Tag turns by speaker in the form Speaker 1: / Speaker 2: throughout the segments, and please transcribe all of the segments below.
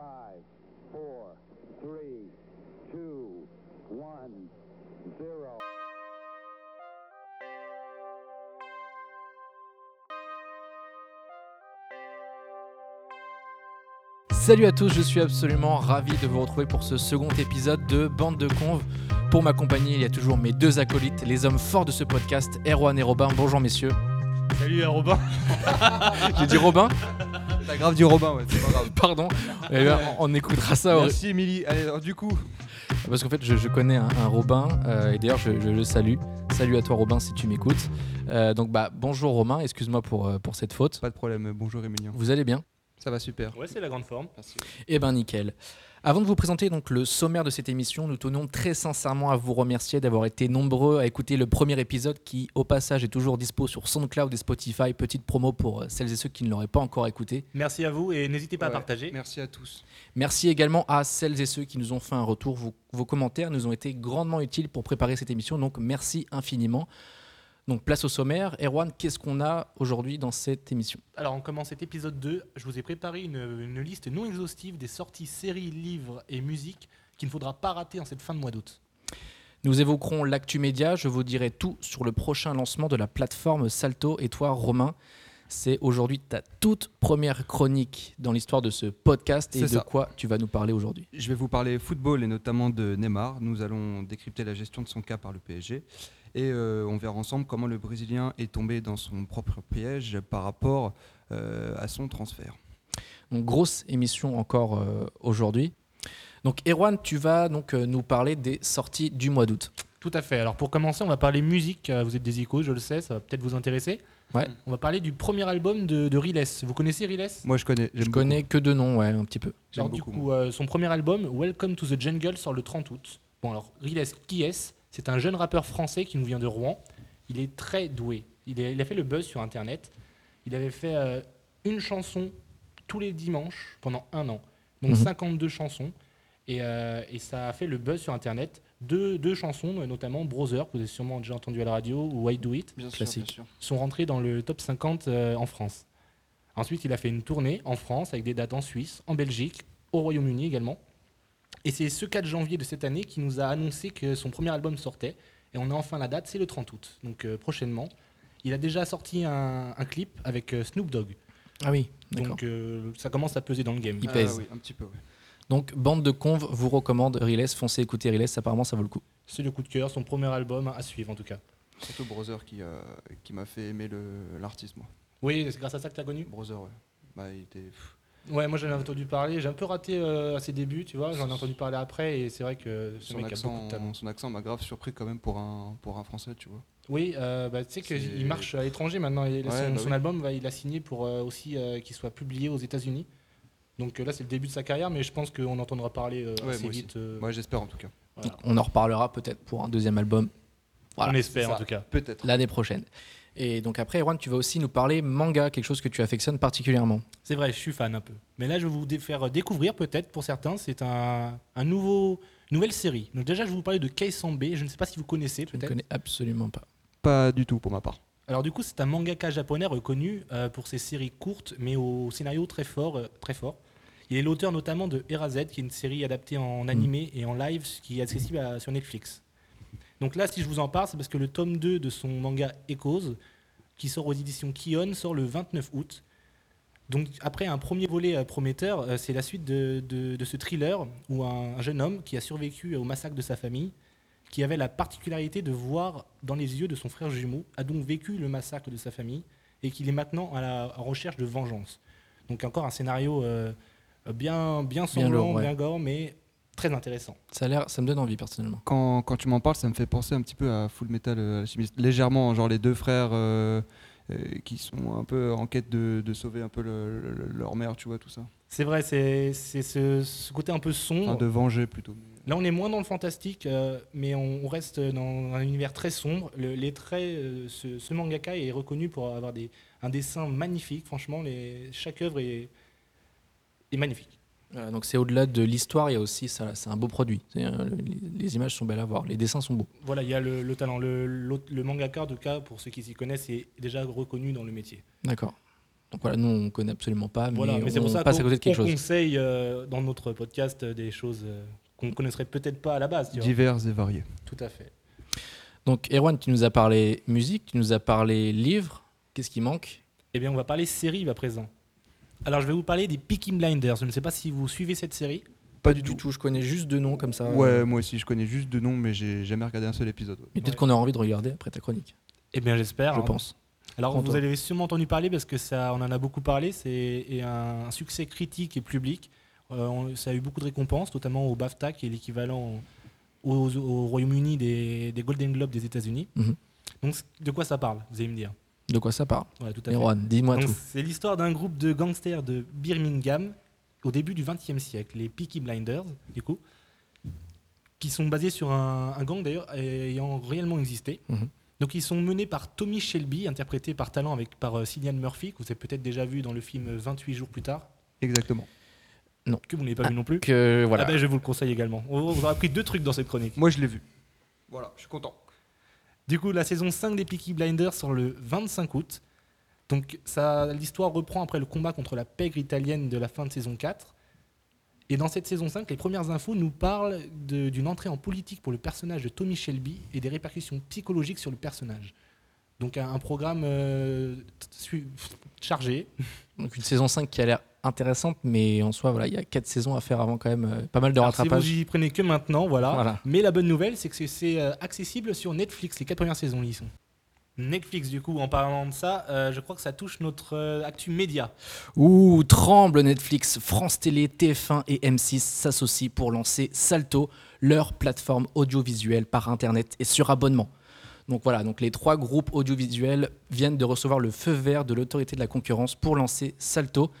Speaker 1: five, four, three, two, one, zero.
Speaker 2: Salut à tous, je suis absolument ravi de vous retrouver pour ce second épisode de Bande de Conves. Pour m'accompagner, il y a toujours mes deux acolytes, les hommes forts de ce podcast, Erwan et Robin. Bonjour messieurs.
Speaker 3: Salut hein, Robin.
Speaker 2: J'ai dit Robin
Speaker 4: T'as grave du Robin, ouais, c'est pas grave.
Speaker 2: Pardon. Eh bien, on on écoutera ça. au-
Speaker 4: Merci Émilie. Allez, alors, du coup,
Speaker 2: Parce qu'en fait, je, je connais un, un Robin, euh, et d'ailleurs, je, je le salue. Salut à toi Robin si tu m'écoutes. Euh, donc bah, bonjour Romain, excuse-moi pour, euh, pour cette faute.
Speaker 4: pas de problème. Bonjour Émilien.
Speaker 2: Vous allez bien
Speaker 4: Ça va super.
Speaker 3: Ouais, c'est la grande forme.
Speaker 2: Eh ben nickel. Avant de vous présenter donc le sommaire de cette émission, nous tenons très sincèrement à vous remercier d'avoir été nombreux à écouter le premier épisode qui, au passage, est toujours dispo sur SoundCloud et Spotify. Petite promo pour euh, celles et ceux qui ne l'auraient pas encore écouté.
Speaker 3: Merci à vous et n'hésitez pas à
Speaker 4: Ouais,
Speaker 3: partager.
Speaker 4: Merci à tous.
Speaker 2: Merci également à celles et ceux qui nous ont fait un retour. Vos, vos commentaires nous ont été grandement utiles pour préparer cette émission, donc merci infiniment. Donc place au sommaire. Erwan, qu'est-ce qu'on a aujourd'hui dans cette émission
Speaker 3: Alors, on commence cet épisode 2. Je vous ai préparé une, une liste non exhaustive des sorties séries, livres et musique qu'il ne faudra pas rater en cette fin de mois d'août.
Speaker 2: Nous évoquerons l'actu média, je vous dirai tout sur le prochain lancement de la plateforme Salto et toi Romain. C'est aujourd'hui ta toute première chronique dans l'histoire de ce podcast et de
Speaker 4: C'est ça.
Speaker 2: quoi tu vas nous parler aujourd'hui.
Speaker 4: Je vais vous parler football et notamment de Neymar. Nous allons décrypter la gestion de son cas par le PSG. Et euh, on verra ensemble comment le Brésilien est tombé dans son propre piège par rapport euh, à son transfert.
Speaker 2: Donc grosse émission encore euh, aujourd'hui. Donc Erwan, tu vas donc euh, nous parler des sorties du mois d'août.
Speaker 3: Tout à fait. Alors, pour commencer, on va parler musique. Euh, Vous êtes des icônes, je le sais, ça va peut-être vous intéresser.
Speaker 2: Ouais.
Speaker 3: On va parler du premier album de, de Riles. Vous connaissez Riles
Speaker 4: Moi, je connais.
Speaker 2: Je connais que deux noms, ouais, un petit peu.
Speaker 3: Alors,
Speaker 4: J'aime
Speaker 3: du
Speaker 4: beaucoup,
Speaker 3: coup, euh, son premier album, Welcome to the Jungle, sort le 30 août. Bon, alors, Riles, qui est-ce C'est un jeune rappeur français qui nous vient de Rouen. Il est très doué. Il, est- il a fait le buzz sur Internet. Il avait fait euh, une chanson tous les dimanches pendant un an. Donc,
Speaker 2: Mhm.
Speaker 3: 52 chansons. Et, euh, et ça a fait le buzz sur Internet. Deux, deux chansons, notamment Brother, que vous avez sûrement déjà entendu à la radio, ou Why Do It
Speaker 4: Bien
Speaker 2: sûr, Classique. bien
Speaker 3: sont rentrés dans le top 50 euh, en France. Ensuite, il a fait une tournée en France avec des dates en Suisse, en Belgique, au Royaume-Uni également. Et c'est ce 4 janvier de cette année qui nous a annoncé que son premier album sortait. Et on a enfin la date, c'est le 30 août, donc euh, prochainement. Il a déjà sorti un, un clip avec euh, Snoop Dogg.
Speaker 2: Ah oui, d'accord.
Speaker 3: Donc euh, ça commence à peser dans le game.
Speaker 2: Il pèse.
Speaker 4: Ah un petit peu. ouais.
Speaker 2: Donc bande de conves vous recommande Riles, foncez écouter Riles, apparemment ça vaut le coup.
Speaker 3: C'est le coup de cœur, son premier album à suivre en tout cas.
Speaker 4: Surtout Brother qui, euh, qui m'a fait aimer le- l'artiste, moi.
Speaker 3: Oui, c'est grâce à ça que tu as connu
Speaker 4: Brother, ouais. Bah, il était. pff,
Speaker 3: Ouais, moi j'en avais entendu parler. J'ai un peu raté euh, à ses débuts, tu vois. J'en ai entendu parler après et c'est vrai que ce
Speaker 4: Son
Speaker 3: mec a beaucoup
Speaker 4: accent,
Speaker 3: de talent.
Speaker 4: son accent m'a grave surpris quand même pour un, pour un français, tu vois.
Speaker 3: Oui, euh, bah, tu sais
Speaker 4: C'est-
Speaker 3: qu'il marche à l'étranger maintenant. Il-
Speaker 4: Ouais,
Speaker 3: son
Speaker 4: bah
Speaker 3: son
Speaker 4: oui.
Speaker 3: album, va- il a signé pour euh, aussi euh, qu'il soit publié aux États-Unis. Donc euh, là, c'est le début de sa carrière, mais je pense qu'on entendra parler euh,
Speaker 4: Ouais,
Speaker 3: assez
Speaker 4: moi aussi.
Speaker 3: vite. euh,
Speaker 4: Moi j'espère en tout cas.
Speaker 3: voilà.
Speaker 2: On en reparlera peut-être pour un deuxième album Voilà,
Speaker 3: On
Speaker 4: c'est
Speaker 3: espère
Speaker 4: ça.
Speaker 3: en tout cas.
Speaker 4: Peut-être.
Speaker 2: l'année prochaine. Et donc après, Erwan, tu vas aussi nous parler manga, quelque chose que tu affectionnes particulièrement.
Speaker 3: C'est vrai, je suis fan un peu. Mais là, je vais vous dé- faire euh, découvrir peut-être pour certains. C'est un, un nouveau nouvelle série. Donc déjà, je vais vous parler de Keisanbe. Je ne sais pas si vous connaissez
Speaker 2: Je ne
Speaker 3: peut-être.
Speaker 2: connais absolument pas.
Speaker 4: Pas du tout pour ma part.
Speaker 3: Alors du coup, c'est un mangaka japonais reconnu euh, pour ses séries courtes, mais au scénario très fort. euh, très fort. Il est l'auteur notamment de ERAZ, qui est une série adaptée en animé et en live, ce qui est accessible à- sur Netflix. Donc là, si je vous en parle, c'est parce que le tome 2 de son manga Echoes, qui sort aux éditions Kion, sort le 29 août. Donc après un premier volet euh, prometteur, euh, c'est la suite de, de- de ce thriller où un- un jeune homme qui a survécu euh, au massacre de sa famille qui avait la particularité de voir dans les yeux de son frère jumeau, a donc vécu le massacre de sa famille et qu'il est maintenant à la en recherche de vengeance. Donc encore un scénario euh, bien, bien sanglant, bien,
Speaker 2: lourd, ouais.
Speaker 3: gore, mais très intéressant.
Speaker 2: Ça, a l'air- ça me donne envie personnellement.
Speaker 4: Quand, quand tu m'en parles, ça me fait penser un petit peu à Full Metal euh, Alchemist. Légèrement, genre les deux frères euh, euh, qui sont un peu en quête de, de sauver un peu le- le- leur mère, tu vois, tout ça.
Speaker 3: C'est vrai, c'est c'est ce, ce côté un peu sombre.
Speaker 4: Enfin, de venger plutôt.
Speaker 3: Là, on est moins dans le fantastique, euh, mais on, on reste dans un univers très sombre. Le- les traits, euh, ce, ce mangaka est reconnu pour avoir des, un dessin magnifique. Franchement, les- chaque œuvre est- est magnifique.
Speaker 2: Voilà, Euh, donc c'est au-delà de l'histoire, il y a aussi ça, c'est un beau produit. C'est, euh, le- les, les images sont belles à voir, les dessins sont beaux.
Speaker 3: Voilà, il y a le, le talent. Le, l'autre- le mangaka, de cas, pour ceux qui s'y connaissent, est déjà reconnu dans le métier.
Speaker 2: D'accord. Donc voilà, nous on connaît absolument pas, mais,
Speaker 3: Voilà, mais c'est
Speaker 2: on
Speaker 3: pour ça
Speaker 2: passe à
Speaker 3: qu'on-
Speaker 2: côté de quelque
Speaker 3: qu'on
Speaker 2: chose.
Speaker 3: conseille euh, dans notre podcast euh, des choses euh, qu'on connaîtrait peut-être pas à la base. Tu vois.
Speaker 4: Divers et variés.
Speaker 3: Tout à fait.
Speaker 2: Donc Erwan, tu nous as parlé musique, tu nous as parlé livre. Qu'est-ce qui manque
Speaker 3: Eh bien, on va parler séries à présent. Alors, je vais vous parler des Peaky Blinders. Je ne sais pas si vous suivez cette série.
Speaker 4: Pas du tout.
Speaker 2: Je connais juste deux noms comme ça.
Speaker 4: Ouais, moi aussi, je connais juste deux noms, mais j'ai jamais regardé un seul épisode. ouais.
Speaker 2: Mais peut-être qu'on a envie de regarder après ta chronique,
Speaker 3: Eh bien, j'espère.
Speaker 2: je
Speaker 3: hein.
Speaker 2: pense.
Speaker 3: Alors,
Speaker 2: Prends-toi.
Speaker 3: vous avez sûrement entendu parler parce que ça, on en a beaucoup parlé. C'est et un succès critique et public. Euh, on- ça a eu beaucoup de récompenses, notamment au BAFTA, qui est l'équivalent au, au Royaume-Uni des, des Golden Globes des États-Unis.
Speaker 2: Mhm.
Speaker 3: Donc, c- de quoi ça parle Vous allez me dire.
Speaker 2: De quoi ça parle
Speaker 3: Voilà, tout à fait.
Speaker 2: Erwan, dis-moi
Speaker 3: Donc,
Speaker 2: tout.
Speaker 3: C'est l'histoire d'un groupe de gangsters de Birmingham au début du XXe siècle, les Peaky Blinders, du coup, qui sont basés sur un, un gang d'ailleurs ayant réellement existé.
Speaker 2: Mhm.
Speaker 3: Donc ils sont menés par Tommy Shelby, interprété par talent avec par euh, Cillian Murphy, que vous avez peut-être déjà vu dans le film 28 jours plus tard,
Speaker 4: Exactement.
Speaker 3: que vous n'avez pas
Speaker 2: Ah,
Speaker 3: vu non plus.
Speaker 2: Donc, euh, voilà.
Speaker 3: Ah ben, je vous le conseille également. On vous aura appris deux trucs dans cette chronique.
Speaker 4: Moi, je l'ai vu. Voilà, je suis content.
Speaker 3: Du coup, la saison 5 des Peaky Blinders sort le 25 août. Donc, ça, l'histoire reprend après le combat contre la pègre italienne de la fin de saison 4. Et dans cette saison 5, les premières infos nous parlent de- d'une entrée en politique pour le personnage de Tommy Shelby et des répercussions psychologiques sur le personnage. Donc, un, un programme euh, su- chargé.
Speaker 2: Donc une saison 5 qui a l'air intéressante, mais en soi, voilà, il y a 4 saisons à faire avant quand même. euh, pas mal de
Speaker 3: Alors, si
Speaker 2: rattrapage.
Speaker 3: vous y prenez que maintenant, voilà.
Speaker 2: Voilà.
Speaker 3: Mais la bonne nouvelle, c'est que c'est- c'est euh, accessible sur Netflix. Les quatre premières saisons, ils sont. Netflix, du coup, en parlant de ça, euh, je crois que ça touche notre euh, actu média.
Speaker 2: Ouh, tremble Netflix, France Télé, TF1 et M6 s'associent pour lancer Salto, leur plateforme audiovisuelle par internet et sur abonnement. Donc voilà, donc les trois groupes audiovisuels viennent de recevoir le feu vert de l'autorité de la concurrence pour lancer Salto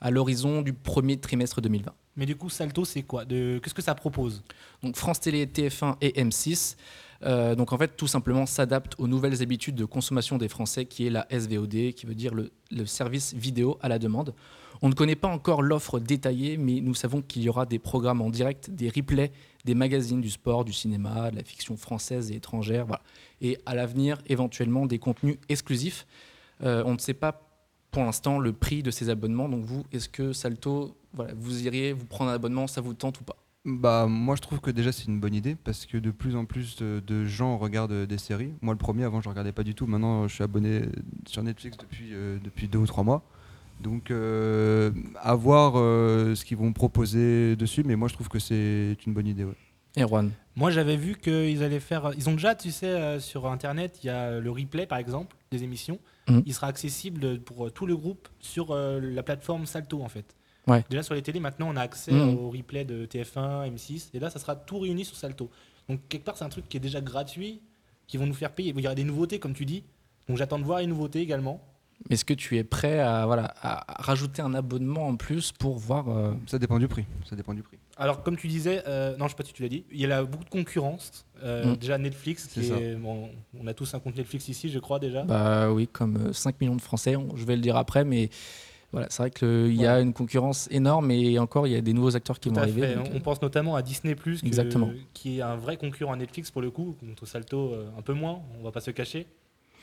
Speaker 2: à l'horizon du premier trimestre 2020.
Speaker 3: Mais du coup, Salto, c'est quoi De- Qu'est-ce que ça propose
Speaker 2: Donc France Télé, TF1 et M6. euh, donc en fait, tout simplement s'adapte aux nouvelles habitudes de consommation des Français, qui est la SVOD, qui veut dire le, le service vidéo à la demande. On ne connaît pas encore l'offre détaillée, mais nous savons qu'il y aura des programmes en direct, des replays, des magazines du sport, du cinéma, de la fiction française et étrangère, voilà. et à l'avenir éventuellement des contenus exclusifs. Euh, on ne sait pas pour l'instant le prix de ces abonnements. Donc vous, est-ce que Salto, voilà, vous iriez vous prendre un abonnement, ça vous tente ou pas
Speaker 4: Bah, moi, je trouve que déjà, c'est une bonne idée parce que de plus en plus de, de gens regardent euh, des séries. Moi, le premier, avant, je regardais pas du tout. Maintenant, je suis abonné euh, sur Netflix depuis, euh, depuis deux ou trois mois. Donc, euh, à voir euh, ce qu'ils vont proposer dessus. Mais moi, je trouve que c'est une bonne idée. ouais.
Speaker 2: Erwan.
Speaker 3: Moi, j'avais vu qu'ils allaient faire. Ils ont déjà, tu sais, euh, sur Internet, il y a le replay, par exemple, des émissions.
Speaker 2: Mhm.
Speaker 3: Il sera accessible pour euh, tout le groupe sur euh, la plateforme Salto, en fait.
Speaker 2: Ouais.
Speaker 3: Déjà sur les télés, maintenant, on a accès
Speaker 2: Mhm.
Speaker 3: au replay de TF1, M6. Et là, ça sera tout réuni sur Salto. Donc, quelque part, c'est un truc qui est déjà gratuit, qui vont nous faire payer. Il y aura des nouveautés, comme tu dis. Donc, j'attends de voir les nouveautés également.
Speaker 2: Est-ce que tu es prêt à, voilà, à rajouter un abonnement en plus pour voir euh,
Speaker 4: Ça dépend du prix. Ça dépend du prix.
Speaker 3: Alors, comme tu disais, euh, non, je sais pas si tu l'as dit, il y a là beaucoup de concurrence. Euh,
Speaker 2: Mm.
Speaker 3: Déjà, Netflix, qui
Speaker 4: C'est ça.
Speaker 3: est- bon, on a tous un compte Netflix ici, je crois déjà.
Speaker 2: Bah oui, comme euh, 5 millions de Français, on- je vais le dire après, mais voilà, c'est vrai qu'il y a une concurrence énorme et encore, il y a des nouveaux acteurs qui
Speaker 3: Tout
Speaker 2: vont
Speaker 3: à
Speaker 2: arriver.
Speaker 3: fait.
Speaker 2: donc,
Speaker 3: on
Speaker 2: euh,
Speaker 3: pense notamment à Disney, que-
Speaker 2: Exactement.
Speaker 3: qui est un vrai concurrent à Netflix pour le coup, contre Salto euh, un peu moins, on va pas se cacher.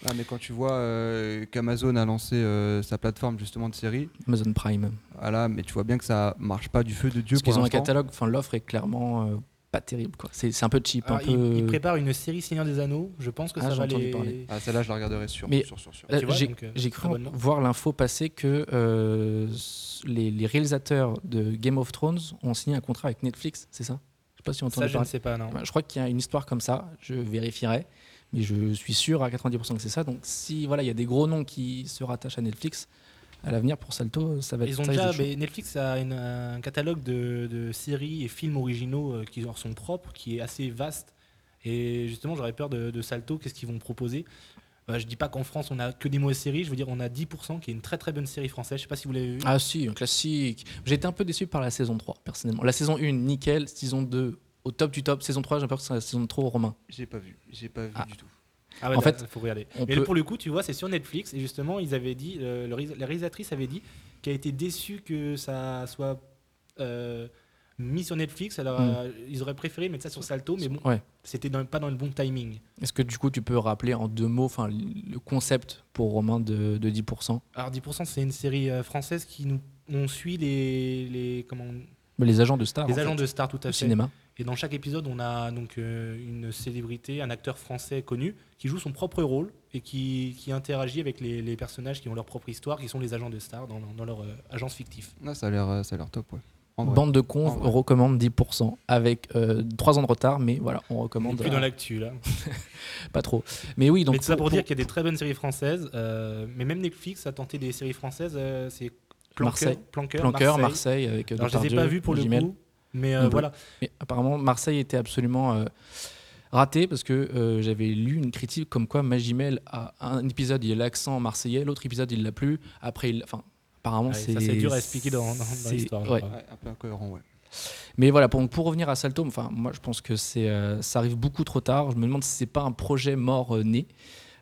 Speaker 4: Ah, mais quand tu vois euh, qu'Amazon a lancé euh, sa plateforme justement de séries,
Speaker 2: euh, Amazon Prime.
Speaker 4: voilà, mais tu vois bien que ça marche pas du feu de Dieu
Speaker 2: Parce
Speaker 4: pour
Speaker 2: qu'ils ont un
Speaker 4: l'instant.
Speaker 2: catalogue, enfin l'offre est clairement euh, pas terrible. quoi. C'est c'est un peu cheap. un
Speaker 3: Alors,
Speaker 2: peu...
Speaker 3: ils, ils préparent une série Seigneur des Anneaux, je pense que
Speaker 2: Ah,
Speaker 3: ça
Speaker 2: j'ai
Speaker 3: va
Speaker 2: entendu
Speaker 3: les...
Speaker 2: parler.
Speaker 4: Ah, celle-là, je la regarderai sûr.
Speaker 2: Mais-
Speaker 4: sûr, sûr, sûr.
Speaker 2: Euh,
Speaker 3: Tu vois,
Speaker 2: j'ai-
Speaker 3: donc, euh,
Speaker 2: J'ai cru en-
Speaker 3: abonnement.
Speaker 2: voir l'info passer que euh, s- les, les réalisateurs de Game of Thrones ont signé un contrat avec Netflix, c'est ça Je sais pas si on
Speaker 3: Ça,
Speaker 2: entend
Speaker 3: je
Speaker 2: parler.
Speaker 3: ne sais pas, non.
Speaker 2: Ouais, Eh ben, Je crois qu'il y a une histoire comme ça, je vérifierai, mais je suis sûr à 90% que c'est ça. Donc si voilà, il y a des gros noms qui se rattachent à Netflix, à l'avenir pour Salto, bah, ça va être
Speaker 3: Ils ont
Speaker 2: ça risque
Speaker 3: déjà,
Speaker 2: d'être chaud.
Speaker 3: mais Netflix a une- un catalogue de, de séries et films originaux euh, qui leur sont propres, qui est assez vaste. Et justement, j'aurais peur de, de Salto, qu'est-ce qu'ils vont proposer Euh, Je dis pas qu'en France, on a que des mauvaises séries, je veux dire, on a 10%, qui est une très très bonne série française. Je sais pas si vous l'avez vu.
Speaker 2: Ah si, un classique. J'ai été un peu déçu par la saison 3, personnellement. La saison 1, nickel. Saison 2, au top du top. Saison 3, j'ai l'impression que c'est la saison trop romain.
Speaker 4: J'ai pas vu, j'ai pas vu
Speaker 2: Ah.
Speaker 4: du tout.
Speaker 3: Ah ouais,
Speaker 2: en
Speaker 3: là,
Speaker 2: fait,
Speaker 3: faut regarder.
Speaker 2: on
Speaker 3: Mais
Speaker 2: peut-
Speaker 3: pour le coup, tu vois, c'est sur Netflix, et justement, ils avaient dit, euh, le réalisa- la réalisatrice avait dit qu'elle a été déçue que ça soit euh, mis sur Netflix. Alors,
Speaker 2: Mm.
Speaker 3: euh, ils auraient préféré mettre ça sur Salto, mais bon,
Speaker 2: Ouais.
Speaker 3: c'était dans- pas dans le bon timing.
Speaker 2: Est-ce que du coup tu peux rappeler en deux mots enfin, le concept pour Romain de, de 10%
Speaker 3: Alors, 10%, c'est une série euh, française qui nous. On suit les, les, comment,
Speaker 2: Mais Les agents de stars.
Speaker 3: les
Speaker 2: Ah, en
Speaker 3: agents
Speaker 2: fait,
Speaker 3: de stars tout à
Speaker 2: au
Speaker 3: fait.
Speaker 2: cinéma.
Speaker 3: Et dans chaque épisode, on a donc euh, une célébrité, un acteur français connu, qui joue son propre rôle et qui, qui interagit avec les, les personnages qui ont leur propre histoire, qui sont les agents de stars dans, dans leur euh, agence fictive.
Speaker 4: Ah, ça a l'air euh, ça a l'air top, ouais. En vrai.
Speaker 2: Bande de cons
Speaker 4: En vrai.
Speaker 2: recommande 10% avec 3 ans de retard, mais voilà, on
Speaker 3: On est
Speaker 2: recommande euh,
Speaker 3: plus dans l'actu là.
Speaker 2: pas trop. Mais oui, donc
Speaker 3: mais tout ça pour,
Speaker 2: pour-
Speaker 3: dire qu'il y a des très bonnes séries françaises, euh, mais même Netflix a tenté des séries françaises. euh, c'est
Speaker 2: Marseille.
Speaker 3: Planqueur, Planqueur,
Speaker 2: Planqueur,
Speaker 3: Marseille.
Speaker 2: Marseille, avec euh,
Speaker 3: Alors je les ai
Speaker 2: Depardieu,
Speaker 3: pas vus pour le
Speaker 2: Gimel.
Speaker 3: coup, mais euh,
Speaker 2: Non plus.
Speaker 3: voilà.
Speaker 2: Mais apparemment, Marseille était absolument euh, raté parce que euh, j'avais lu une critique comme quoi Magimel a un épisode il a l'accent marseillais, l'autre épisode il l'a plus. Après, il... enfin, apparemment
Speaker 3: Ouais,
Speaker 2: c'est
Speaker 3: ça, c'est dur à expliquer dans- dans- dans
Speaker 2: c'est-
Speaker 3: l'histoire, je
Speaker 2: ouais.
Speaker 3: crois.
Speaker 4: Ouais, un peu incohérent, ouais.
Speaker 2: Mais voilà, pour, pour revenir à Salto, enfin, moi je pense que c'est, euh, ça arrive beaucoup trop tard. Je me demande si c'est pas un projet mort euh, né.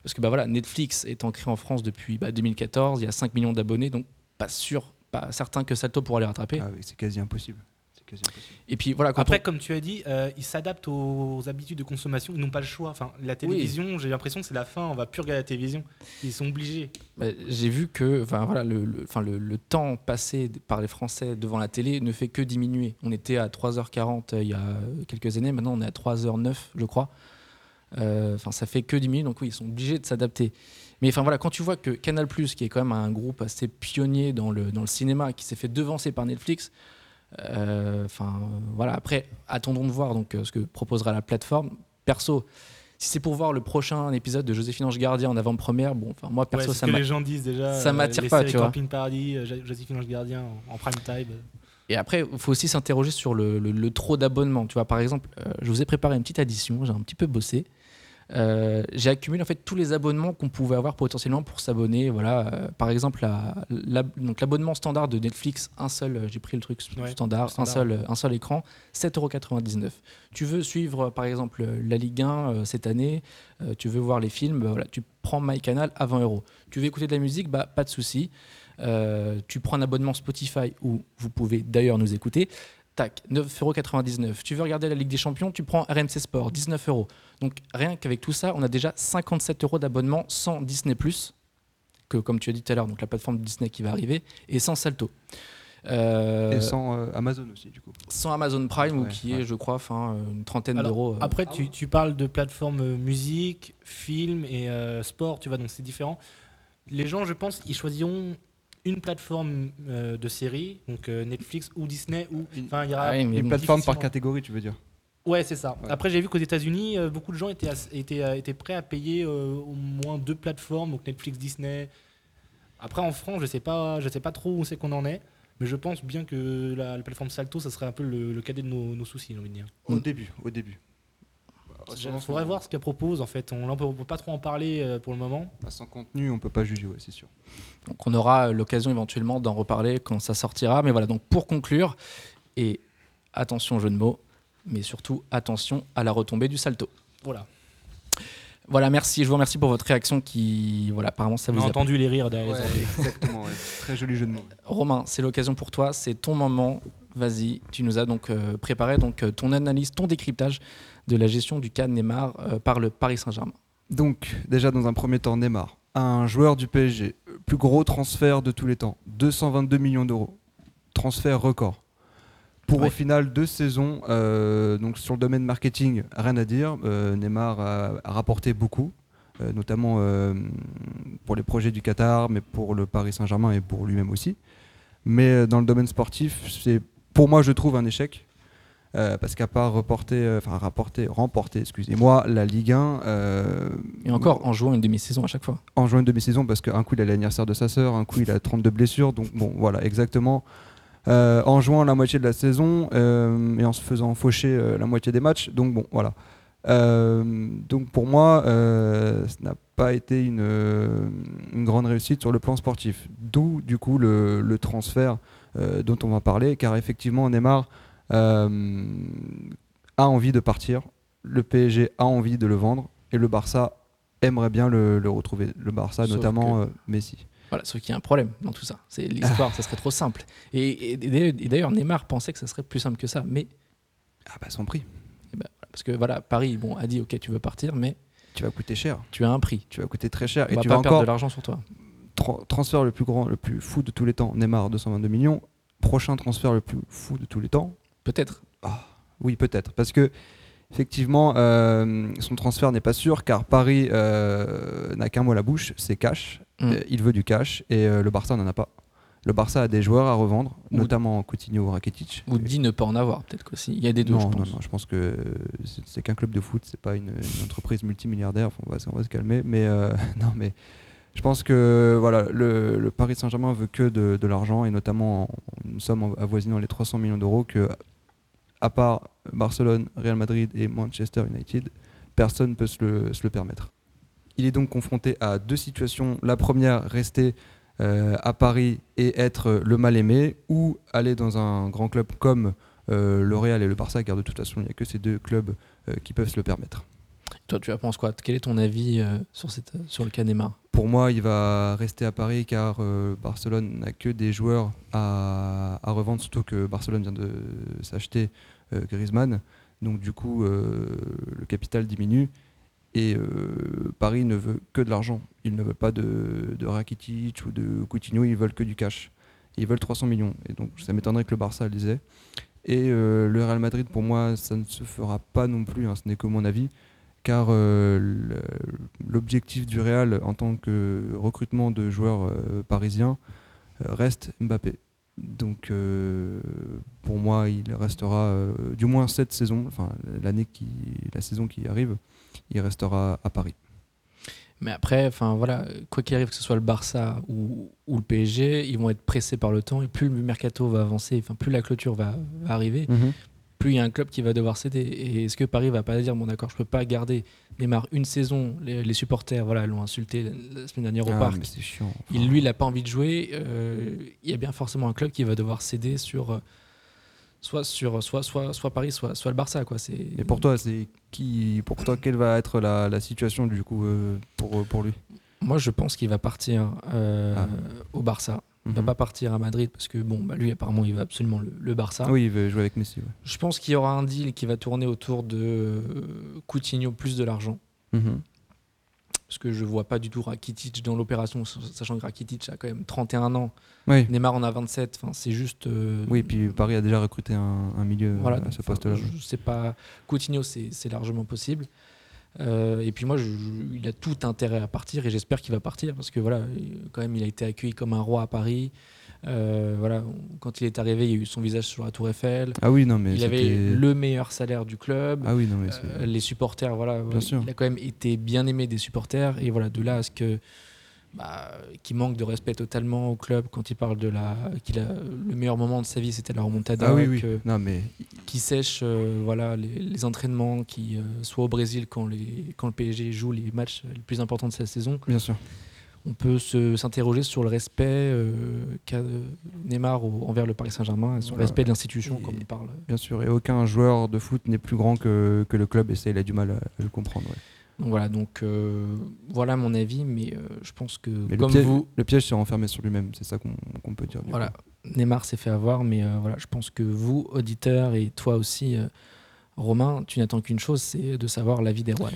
Speaker 2: Parce que bah, voilà, Netflix est ancré en France depuis bah, 2014, il y a 5 millions d'abonnés, donc pas sûr, pas certain que Salto pourra les rattraper.
Speaker 4: Ah oui, c'est quasi impossible. C'est quasi impossible.
Speaker 2: Et puis voilà, quand
Speaker 3: Après,
Speaker 2: on-
Speaker 3: comme tu as dit, euh, ils s'adaptent aux habitudes de consommation. Ils n'ont pas le choix. Enfin, la télévision, j'ai l'impression que c'est la fin. On va plus regarder la télévision. Ils sont obligés.
Speaker 2: bah, j'ai vu que enfin, voilà, le, le- enfin, le- le temps passé par les Français devant la télé ne fait que diminuer. On était à 3h40 euh, il y a quelques années, maintenant on est à 3h09, je crois. Euh, Enfin, ça fait que diminuer, donc oui, ils sont obligés de s'adapter. Mais enfin voilà, quand tu vois que Canal+, qui est quand même un groupe assez pionnier dans le, dans le cinéma, qui s'est fait devancer par Netflix, euh, enfin euh, voilà, après, attendons de voir donc, euh, ce que proposera la plateforme. Perso, si c'est pour voir le prochain épisode de Joséphine Ange Gardien en avant-première, bon, enfin moi perso,
Speaker 3: Ouais, c'est
Speaker 2: ça
Speaker 3: ce que
Speaker 2: m'a
Speaker 3: les gens disent déjà.
Speaker 2: ça
Speaker 3: euh,
Speaker 2: m'attire
Speaker 3: les
Speaker 2: pas,
Speaker 3: séries
Speaker 2: tu vois.
Speaker 3: Camping Paradis, euh, Jo- Joséphine Ange Gardien en, en prime time.
Speaker 2: Et après, il faut aussi s'interroger sur le, le- le trop d'abonnements. Tu vois, par exemple, euh, je vous ai préparé une petite addition, j'ai un petit peu bossé. Euh, j'ai accumulé en fait tous les abonnements qu'on pouvait avoir potentiellement pour s'abonner. Voilà, euh, par exemple, la- la- donc l'abonnement standard de Netflix, un seul, euh, j'ai pris le truc
Speaker 3: Ouais,
Speaker 2: standard, un
Speaker 3: standard.
Speaker 2: seul, euh, un seul écran, 7,99€. Tu veux suivre euh, par exemple euh, la Ligue 1 euh, cette année, euh, tu veux voir les films, bah, voilà, tu prends MyCanal à 20 euros. Tu veux écouter de la musique, bah, pas de souci. Euh, tu prends un abonnement Spotify où vous pouvez d'ailleurs nous écouter. Tac, 9,99€. Tu veux regarder la Ligue des Champions, tu prends RMC Sport, 19 euros. Donc rien qu'avec tout ça, on a déjà 57 euros d'abonnement sans Disney ⁇ que comme tu as dit tout à l'heure, donc la plateforme de Disney qui va arriver, et sans Salto. Euh,
Speaker 4: Et sans euh, Amazon aussi, du coup.
Speaker 2: sans Amazon Prime, où
Speaker 4: Ouais,
Speaker 2: qui
Speaker 4: ouais.
Speaker 2: est, je crois, enfin, une trentaine
Speaker 3: Alors,
Speaker 2: d'euros. euh,
Speaker 3: Après, tu, tu parles de plateforme euh, musique, film et euh, sport. Tu vois, donc c'est différent. Les gens, je pense, ils choisiront une plateforme euh, de série, donc euh, Netflix ou Disney ou. Enfin, il y aura
Speaker 2: Ah oui, mais
Speaker 4: Une
Speaker 2: bon.
Speaker 4: plateforme par
Speaker 3: difficilement.
Speaker 4: catégorie, tu veux dire
Speaker 3: Ouais, c'est ça.
Speaker 4: Ouais.
Speaker 3: Après, j'ai vu qu'aux États-Unis, euh, beaucoup de gens étaient, ass- étaient, euh, étaient prêts à payer euh, au moins deux plateformes, donc Netflix, Disney. Après, en France, je sais pas, je sais pas trop où c'est qu'on en est, mais je pense bien que la, la plateforme Salto, ça serait un peu le, le cadet de nos, nos soucis, j'ai envie de dire.
Speaker 4: Au
Speaker 2: Mm.
Speaker 4: début, au début. Bah,
Speaker 3: Je-
Speaker 4: sans-
Speaker 3: faudrait voir ce qu'elle propose, en fait. On, là, on peut, on peut pas trop en parler euh, pour le moment.
Speaker 4: bah, sans contenu, on peut pas juger, ouais, c'est sûr.
Speaker 2: Donc on aura l'occasion éventuellement d'en reparler quand ça sortira. Mais voilà, donc pour conclure, et attention jeu de mots, mais surtout attention à la retombée du salto.
Speaker 3: Voilà.
Speaker 2: Voilà, merci, je vous remercie pour votre réaction qui, voilà, apparemment ça vous
Speaker 3: on a
Speaker 2: a
Speaker 3: entendu les rires derrière. les
Speaker 4: Ouais,
Speaker 3: oreilles.
Speaker 4: exactement, ouais. Très joli jeu de mots.
Speaker 2: Romain, c'est l'occasion pour toi, c'est ton moment. Vas-y, tu nous as donc euh, préparé donc euh, ton analyse, ton décryptage de la gestion du cas Neymar euh, par le Paris Saint-Germain.
Speaker 4: Donc, déjà dans un premier temps, Neymar, un joueur du PSG, euh, plus gros transfert de tous les temps, 222 millions d'euros, transfert record. Pour
Speaker 2: Ouais.
Speaker 4: au final deux saisons, euh, donc sur le domaine marketing, rien à dire. Euh, Neymar a, a rapporté beaucoup, euh, notamment euh, pour les projets du Qatar, mais pour le Paris Saint-Germain et pour lui-même aussi. Mais euh, dans le domaine sportif, c'est pour moi, je trouve un échec. Euh, parce qu'à part reporter, euh, enfin rapporter, remporter, excusez-moi, la Ligue 1, euh,
Speaker 2: Et encore en jouant une demi-saison à chaque fois.
Speaker 4: en juin de mi-saison parce qu'un coup il a l'anniversaire de sa sœur, un coup il a 32 blessures, donc bon voilà exactement. Euh, en jouant la moitié de la saison euh, et en se faisant faucher euh, la moitié des matchs, donc bon voilà. Euh, donc pour moi, euh, ce n'a pas été une, euh, une grande réussite sur le plan sportif. D'où du coup le, le transfert euh, dont on va parler, car effectivement Neymar euh, a envie de partir, le PSG a envie de le vendre et le Barça aimerait bien le, le retrouver. Le Barça,
Speaker 2: Sauf
Speaker 4: notamment euh, Messi.
Speaker 2: Voilà, ce qui est un problème dans tout ça. C'est l'histoire, ça serait trop simple. Et, et- et d'ailleurs, Neymar pensait que ça serait plus simple que ça, mais
Speaker 4: Ah bah son prix.
Speaker 2: eh ben, voilà, parce que voilà, Paris, bon, a dit ok, tu veux partir, mais
Speaker 4: Tu vas coûter cher.
Speaker 2: tu as un prix.
Speaker 4: Tu vas coûter très cher.
Speaker 2: On
Speaker 4: et
Speaker 2: va
Speaker 4: tu
Speaker 2: pas
Speaker 4: vas
Speaker 2: perdre
Speaker 4: encore
Speaker 2: de l'argent sur toi.
Speaker 4: tra- transfert le plus grand, le plus fou de tous les temps. Neymar 222 millions. Prochain transfert le plus fou de tous les temps.
Speaker 2: Peut-être.
Speaker 4: Oui, peut-être. Parce que, effectivement, euh, son transfert n'est pas sûr, car Paris euh, n'a qu'un mot à la bouche, c'est cash.
Speaker 2: Mm.
Speaker 4: Euh, il veut du cash, et euh, le Barça n'en a pas. Le Barça a des joueurs à revendre,
Speaker 2: Ou-
Speaker 4: notamment Coutinho, Rakitic.
Speaker 2: Ou dit ne pas en avoir, peut-être qu'aussi. Il y a des deux,
Speaker 4: non,
Speaker 2: je
Speaker 4: non,
Speaker 2: pense.
Speaker 4: non, je pense que euh, c'est- c'est qu'un club de foot, c'est pas une, une entreprise multimilliardaire. Enfin, on, va, se- on va se calmer, mais euh, non, mais je pense que voilà, le, le Paris Saint-Germain veut que de, de l'argent et notamment en- une somme en- avoisinant les 300 millions d'euros que, à part Barcelone, Real Madrid et Manchester United, personne peut se le, se le permettre. Il est donc confronté à deux situations. La première, rester euh, à Paris et être le mal aimé, ou aller dans un grand club comme euh, le Real et le Barça, car de toute façon, il n'y a que ces deux clubs euh, qui peuvent se le permettre.
Speaker 2: Toi, tu en penses quoi Quel est ton avis euh, sur, cette, sur le cas Neymar
Speaker 4: Pour moi, il va rester à Paris car euh, Barcelone n'a que des joueurs à, à revendre, surtout que Barcelone vient de s'acheter euh, Griezmann. Donc du coup, euh, le capital diminue et euh, Paris ne veut que de l'argent. Ils ne veulent pas de, de Rakitic ou de Coutinho, ils veulent que du cash. Ils veulent 300 millions. Et donc ça m'étonnerait que le Barça les ait. Et euh, le Real Madrid, pour moi, ça ne se fera pas non plus, hein, ce n'est que mon avis, car euh, le- l'objectif du Real en tant que recrutement de joueurs euh, parisiens euh, reste Mbappé. Donc euh, pour moi, il restera euh, du moins cette saison, enfin l'année qui, la saison qui arrive, il restera à Paris.
Speaker 2: Mais après, enfin voilà, quoi qu'il arrive, que ce soit le Barça ou, ou le PSG, ils vont être pressés par le temps et plus le mercato va avancer, enfin plus la clôture va, va arriver, plus il y a un club qui va devoir céder. Et est-ce que Paris va pas dire bon d'accord, je peux pas garder Neymar une saison, les, les supporters voilà l'ont insulté la la semaine dernière au
Speaker 4: Ah,
Speaker 2: parc.
Speaker 4: mais c'est chiant.
Speaker 2: Il, lui, il n'a pas envie de jouer. euh, il y a bien forcément un club qui va devoir céder sur euh, soit sur soit soit soit Paris, soit soit le Barça quoi. C'est
Speaker 4: Et pour toi, c'est qui Pour toi, quelle va être la, la situation du coup euh, pour pour lui
Speaker 2: Moi, je pense qu'il va partir euh,
Speaker 4: Ah.
Speaker 2: au Barça. Il va
Speaker 4: Mhm.
Speaker 2: pas partir à Madrid parce que bon, bah, lui apparemment il va absolument le, le Barça.
Speaker 4: Oui, il veut jouer avec Messi. ouais.
Speaker 2: Je pense qu'il y aura un deal qui va tourner autour de euh, Coutinho plus de l'argent Mhm. parce que je vois pas du tout Rakitic dans l'opération, sachant que Rakitic a quand même 31 ans,
Speaker 4: Oui.
Speaker 2: Neymar en a 27. Enfin, c'est juste. euh,
Speaker 4: Oui, puis Paris a déjà recruté un, un milieu
Speaker 2: voilà.
Speaker 4: à ce
Speaker 2: Enfin,
Speaker 4: poste-là.
Speaker 2: je sais pas. Coutinho, c'est c'est largement possible. Euh, et puis moi, je- je- il a tout intérêt à partir et j'espère qu'il va partir parce que voilà, il- quand même, il a été accueilli comme un roi à Paris. Euh, voilà, on- quand il est arrivé, il y a eu son visage sur la Tour Eiffel.
Speaker 4: Ah oui, non, mais
Speaker 2: Il avait
Speaker 4: c'était-
Speaker 2: le meilleur salaire du club.
Speaker 4: Ah oui, non, mais c'est-
Speaker 2: Euh, les supporters, voilà, ouais,
Speaker 4: sûr.
Speaker 2: il a quand même été bien aimé des supporters et voilà, de là à ce que bah, qu'il manque de respect totalement au club quand il parle de la qu'il a le meilleur moment de sa vie, c'était la remontada,
Speaker 4: Ah oui, oui.
Speaker 2: que-
Speaker 4: Non, mais
Speaker 2: qui sèche euh, voilà, les, les entraînements, qui euh, soit au Brésil quand, les, quand le PSG joue les matchs les plus importants de sa saison.
Speaker 4: bien sûr.
Speaker 2: On peut se- s'interroger sur le respect euh, qu'a euh, Neymar au- envers le Paris Saint-Germain, et sur le
Speaker 4: Voilà.
Speaker 2: respect de l'institution,
Speaker 4: Et-
Speaker 2: comme on parle.
Speaker 4: Bien sûr, et aucun joueur de foot n'est plus grand que, que le club, et ça, il a du mal à, à le comprendre. ouais.
Speaker 2: Donc voilà, donc euh, voilà mon avis, mais euh, je pense que
Speaker 4: Mais
Speaker 2: comme
Speaker 4: le piège,
Speaker 2: vous,
Speaker 4: le piège s'est renfermé sur lui-même, c'est ça qu'on qu'on peut dire. du
Speaker 2: voilà,
Speaker 4: coup.
Speaker 2: Neymar s'est fait avoir, mais euh, voilà, je pense que vous, auditeurs, et toi aussi, euh, Romain, tu n'attends qu'une chose, c'est de savoir l'avis des rois.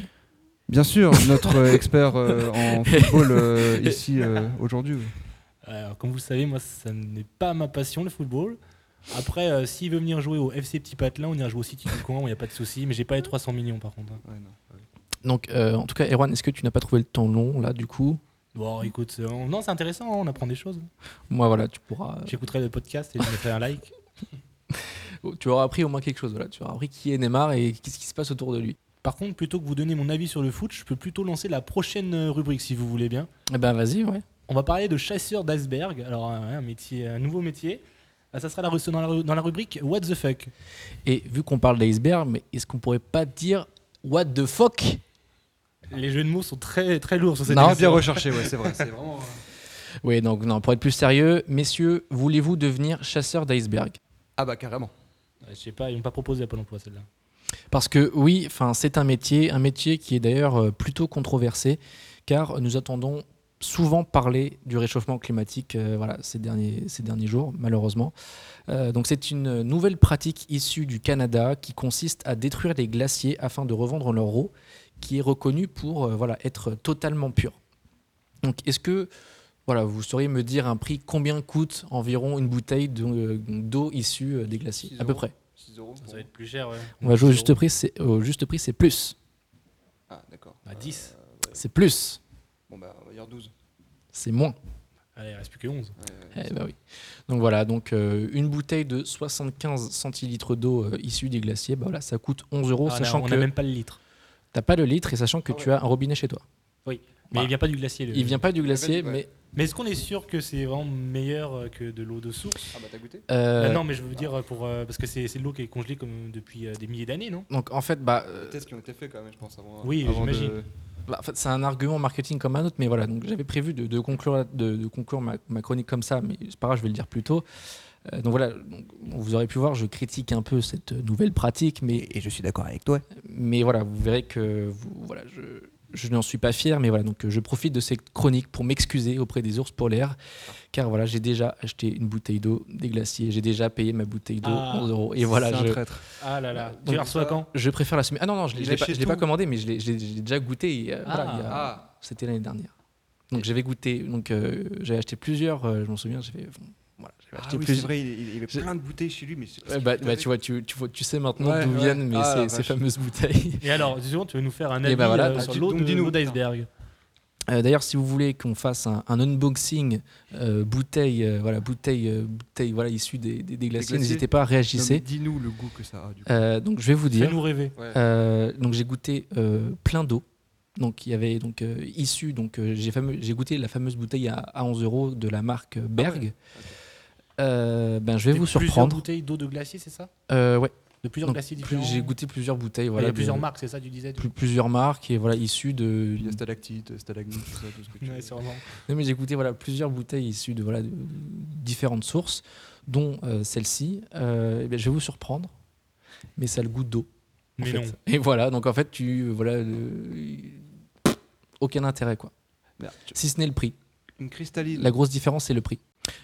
Speaker 4: Bien sûr, notre euh, expert euh, en football euh, ici euh, aujourd'hui. oui.
Speaker 3: Alors, comme vous le savez, moi, ça n'est pas ma passion, le football. Après, euh, s'il veut venir jouer au FC Petit Patelin, on ira jouer au City du coin, il n'y a pas de souci. Mais j'ai pas les 300 millions, par contre. hein.
Speaker 2: Donc, euh, en tout cas, Erwan, est-ce que tu n'as pas trouvé le temps long, là, du coup
Speaker 3: Bon, écoute, euh, on- non, c'est intéressant, hein, on apprend des choses.
Speaker 2: Moi, voilà, tu pourras.
Speaker 3: J'écouterai le podcast et je mettrai un like.
Speaker 2: euh, Tu auras appris au moins quelque chose, voilà. Tu auras appris qui est Neymar et qu'est-ce qui se passe autour de lui.
Speaker 3: Par contre, plutôt que vous donner mon avis sur le foot, je peux plutôt lancer la prochaine euh, rubrique, si vous voulez bien.
Speaker 2: Eh ben, vas-y, ouais.
Speaker 3: On va parler de chasseur d'iceberg. Alors, euh, un, un métier, un nouveau métier. Ah, Ça sera la, re- dans, la, ru- dans la rubrique What the fuck.
Speaker 2: Et vu qu'on parle d'iceberg, mais est-ce qu'on pourrait pas dire What the fuck
Speaker 3: Les jeux de mots sont très, très lourds sur cette
Speaker 2: Non,
Speaker 4: Ah, bien
Speaker 3: émission.
Speaker 4: recherché, ouais, c'est vrai. c'est vraiment-
Speaker 2: Oui, donc, non, pour être plus sérieux, messieurs, voulez-vous devenir chasseur d'iceberg
Speaker 4: Ah bah carrément.
Speaker 3: Ouais, Je sais pas, ils m'ont pas proposé à Pôle emploi celle-là.
Speaker 2: Parce que oui, enfin, c'est un métier, un métier qui est d'ailleurs euh, plutôt controversé, car nous attendons souvent parlé du réchauffement climatique euh, voilà, ces, derniers, ces derniers jours, malheureusement. Euh, donc c'est une nouvelle pratique issue du Canada qui consiste à détruire les glaciers afin de revendre leur eau, qui est reconnue pour euh, voilà, être totalement pure. Donc est-ce que voilà, vous sauriez me dire un prix combien coûte environ une bouteille de- d'eau issue euh, des glaciers
Speaker 4: Six
Speaker 2: À peu
Speaker 4: euros.
Speaker 2: près.
Speaker 4: 6 euros
Speaker 3: Ça
Speaker 4: pour-
Speaker 3: va être plus cher. ouais.
Speaker 2: On va jouer au juste
Speaker 3: Zéro.
Speaker 2: prix, c'est au juste prix, c'est plus.
Speaker 4: Ah, d'accord.
Speaker 3: Bah, 10.
Speaker 4: Euh, ouais.
Speaker 2: C'est plus,
Speaker 4: Bon, bah, on va dire 12.
Speaker 2: c'est moins.
Speaker 3: Allez, il reste plus que 11.
Speaker 4: Ouais, ouais.
Speaker 2: Eh ben oui. Donc voilà, donc euh, une bouteille de 75 centilitres d'eau euh, issue des glaciers, bah voilà, ça coûte 11 euros,
Speaker 3: Ah, on a-
Speaker 2: sachant
Speaker 3: on
Speaker 2: que
Speaker 3: n'a même pas le litre.
Speaker 2: t'as pas le litre et sachant que
Speaker 4: Ah
Speaker 2: tu as un robinet chez toi.
Speaker 3: Mais
Speaker 2: Bah,
Speaker 3: il Euh, vient pas du glacier. le-
Speaker 2: Il vient pas du
Speaker 4: Il
Speaker 2: glacier,
Speaker 4: vient pas du-
Speaker 2: mais
Speaker 3: Mais est-ce qu'on est sûr que c'est vraiment meilleur euh, que de l'eau de source
Speaker 4: Ah, bah, t'as goûté
Speaker 2: euh,
Speaker 3: Bah Non, mais je veux dire, euh, pour, euh, parce que c'est c'est de l'eau qui est congelée comme depuis euh, des milliers d'années, non
Speaker 2: donc en fait, bah, euh,
Speaker 4: Des tests qui ont été faits quand même, je pense. Avant,
Speaker 3: Oui,
Speaker 4: avant
Speaker 3: j'imagine.
Speaker 4: de-
Speaker 2: bah, en fait, c'est un argument marketing comme un autre, mais voilà, donc j'avais prévu de, de conclure, la- de, de conclure ma, ma chronique comme ça, mais c'est pas grave, je vais le dire plus tôt. Euh, donc voilà, donc, vous aurez pu voir, je critique un peu cette euh, nouvelle pratique, mais
Speaker 4: Et, je suis d'accord avec toi.
Speaker 2: mais voilà, vous verrez que vous- voilà, je, je n'en suis pas fier, mais voilà, donc euh, je profite de cette chronique pour m'excuser auprès des ours polaires, car voilà, j'ai déjà acheté une bouteille d'eau des glaciers, j'ai déjà payé ma bouteille d'eau
Speaker 3: Ah,
Speaker 2: 11 euros, et voilà,
Speaker 4: C'est un
Speaker 2: je,
Speaker 4: traître.
Speaker 3: Ah là là.
Speaker 4: Donc
Speaker 3: tu la reçois
Speaker 4: ça-
Speaker 3: quand
Speaker 2: je préfère l'assumer. Ah non, non, je
Speaker 4: Il
Speaker 2: ne l'ai
Speaker 4: est
Speaker 2: pas,
Speaker 4: chez
Speaker 2: je l'ai pas
Speaker 4: tout.
Speaker 2: commandé, mais je l'ai, je l'ai- je l'ai déjà goûté, et, euh, voilà,
Speaker 3: Ah,
Speaker 2: il y a-
Speaker 4: Ah,
Speaker 2: c'était l'année dernière. Donc j'avais goûté, donc euh, j'avais acheté plusieurs, euh, je m'en souviens, j'avais bon, voilà, j'avais
Speaker 4: ah
Speaker 2: acheté
Speaker 4: oui, c'est
Speaker 2: plusieurs.
Speaker 4: vrai, il, il- il avait
Speaker 2: J'ai-
Speaker 4: plein de bouteilles chez lui, mais c'est parce
Speaker 2: Ouais,
Speaker 4: qu'il
Speaker 2: bah,
Speaker 4: les
Speaker 2: bah,
Speaker 4: avait.
Speaker 2: tu vois, tu, tu vois, tu sais maintenant
Speaker 4: Ouais,
Speaker 2: d'où
Speaker 4: ouais.
Speaker 2: viennent mais
Speaker 4: Ah, la
Speaker 2: ces- ces
Speaker 4: vache.
Speaker 2: fameuses bouteilles.
Speaker 3: Et alors, disons, tu veux nous faire un
Speaker 2: Eh
Speaker 3: avis
Speaker 2: ben voilà,
Speaker 3: euh,
Speaker 4: bah,
Speaker 3: sur
Speaker 4: tu-
Speaker 3: l'eau
Speaker 4: donc
Speaker 3: de-
Speaker 4: dis-nous.
Speaker 3: l'eau d'iceberg
Speaker 2: Euh, D'ailleurs, si vous voulez qu'on fasse un, un unboxing euh, bouteille, euh, voilà, bouteille, euh, bouteille, voilà, issue des, des- des glaciers,
Speaker 4: glaciers.
Speaker 2: n'hésitez pas,
Speaker 4: Non, mais
Speaker 2: réagissez.
Speaker 4: Dis-nous le goût que ça a. Du coup.
Speaker 2: Euh, donc, je vais vous dire.
Speaker 3: Fais-nous rêver.
Speaker 4: Ouais.
Speaker 2: Euh, donc, j'ai goûté euh, plein d'eau. Donc, il y avait donc euh, issue. Donc, euh, j'ai fameux- j'ai goûté la fameuse bouteille à, à 11 euros de la
Speaker 3: Ah
Speaker 2: marque euh, Berg. Euh, ben, je vais
Speaker 3: Des
Speaker 2: vous
Speaker 3: plusieurs
Speaker 2: surprendre.
Speaker 3: bouteilles d'eau de glacier, c'est ça
Speaker 2: Euh, ouais.
Speaker 3: De plusieurs
Speaker 2: Donc,
Speaker 3: glaciers
Speaker 2: plus-
Speaker 3: différents.
Speaker 2: J'ai goûté plusieurs bouteilles.
Speaker 3: Ah,
Speaker 2: Voilà,
Speaker 3: il y a
Speaker 2: de-
Speaker 3: plusieurs marques, c'est ça, tu disais du-
Speaker 2: plus- plusieurs marques et voilà issues de,
Speaker 4: Il y a stalactite, stalagmite, tout ça, tout ce que tu
Speaker 3: Ouais,
Speaker 4: veux.
Speaker 3: c'est vraiment-
Speaker 2: Non, mais j'ai goûté voilà, plusieurs bouteilles issues de, voilà, de différentes sources, dont euh, celle-ci. Euh, eh bien, je vais vous surprendre, mais ça a le goût d'eau. en
Speaker 3: Mais
Speaker 2: fait.
Speaker 3: non.
Speaker 2: Et voilà, donc en fait, tu. euh, Voilà, le- aucun intérêt, quoi.
Speaker 4: Merde, tu-
Speaker 2: Si ce n'est le prix.
Speaker 4: Une cristalline.
Speaker 2: La grosse différence, c'est le prix.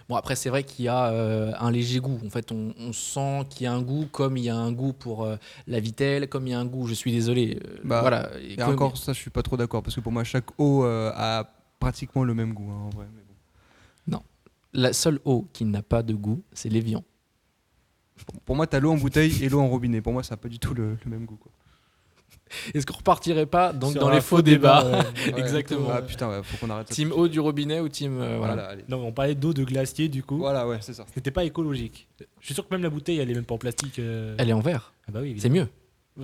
Speaker 2: Bon, après, c'est vrai qu'il y a euh, un léger goût. En fait, on, on sent qu'il y a un goût, comme il y a un goût pour euh, la vitelle, comme il y a un goût, je suis désolé. euh,
Speaker 4: Bah,
Speaker 2: voilà. Et
Speaker 4: Et
Speaker 2: comme-
Speaker 4: encore, ça, je suis pas trop d'accord, parce que pour moi, chaque eau euh, a pratiquement le même goût, hein, en vrai. mais bon.
Speaker 2: La seule eau qui n'a pas de goût, c'est l'évian.
Speaker 4: Pour- Pour moi, t'as l'eau en bouteille et l'eau en robinet. Pour moi, ça n'a pas du tout le, le même goût. quoi.
Speaker 2: Est-ce qu'on repartirait pas donc,
Speaker 3: Sur
Speaker 2: dans
Speaker 3: un
Speaker 2: les faux débats
Speaker 4: Ouais,
Speaker 2: Exactement.
Speaker 4: Ah putain, ouais, faut qu'on arrête ça.
Speaker 2: Team eau du robinet ou team. euh, voilà.
Speaker 4: Voilà, allez.
Speaker 3: Non, on parlait d'eau de glacier, du coup.
Speaker 4: Voilà, ouais, c'est ça.
Speaker 3: C'était pas écologique. Je suis sûr que même la bouteille, elle est même pas en plastique. euh.
Speaker 2: Elle est en verre.
Speaker 3: Ah bah oui,
Speaker 2: C'est mieux.
Speaker 3: évidemment.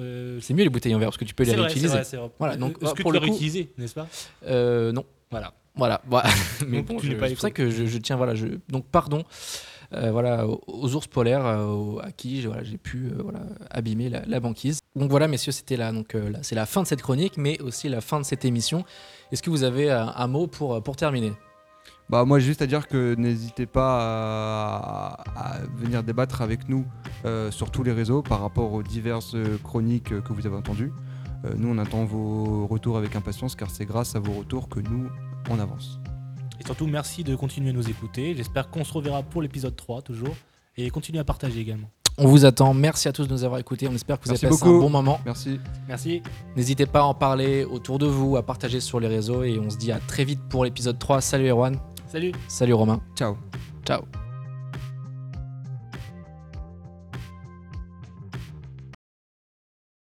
Speaker 3: Euh,
Speaker 2: C'est mieux les bouteilles en verre parce que tu peux les
Speaker 3: c'est vrai,
Speaker 2: réutiliser.
Speaker 3: c'est vrai, c'est vrai.
Speaker 2: Voilà, donc, bah,
Speaker 3: Est-ce que
Speaker 2: pour
Speaker 3: tu
Speaker 2: le
Speaker 3: l'as
Speaker 2: coup-
Speaker 3: réutilisé, n'est-ce pas
Speaker 2: Euh, non.
Speaker 3: Voilà.
Speaker 2: Voilà. Voilà. Mais
Speaker 3: Donc,
Speaker 2: bon,
Speaker 3: tu
Speaker 2: je-
Speaker 3: n'es pas
Speaker 2: c'est pour ça
Speaker 3: éco.
Speaker 2: que je, je tiens. Voilà. Je, donc pardon. euh, voilà, aux, aux ours polaires euh, aux- à qui j'ai voilà, j'ai pu euh, voilà, abîmer la, la banquise. Donc voilà, messieurs, c'était là. Donc euh, là, c'est la fin de cette chronique, mais aussi la fin de cette émission. Est-ce que vous avez euh, un mot pour, pour terminer
Speaker 4: Bah moi juste à dire que n'hésitez pas à, à venir débattre avec nous euh, sur tous les réseaux par rapport aux diverses euh, chroniques euh, que vous avez entendues. Euh, nous on attend vos retours avec impatience car c'est grâce à vos retours que nous on avance.
Speaker 3: Et surtout, merci de continuer à nous écouter. J'espère qu'on se reverra pour l'épisode 3, toujours. Et continuez à partager également.
Speaker 2: On vous attend. Merci à tous de nous avoir écoutés. On espère que vous
Speaker 4: Merci
Speaker 2: avez passé un
Speaker 4: beaucoup.
Speaker 2: bon moment.
Speaker 4: Merci.
Speaker 3: Merci.
Speaker 2: N'hésitez pas à en parler autour de vous, à partager sur les réseaux et on se dit à très vite pour l'épisode 3. Salut Erwan,
Speaker 3: Salut
Speaker 2: salut Romain.
Speaker 4: Ciao.
Speaker 2: Ciao.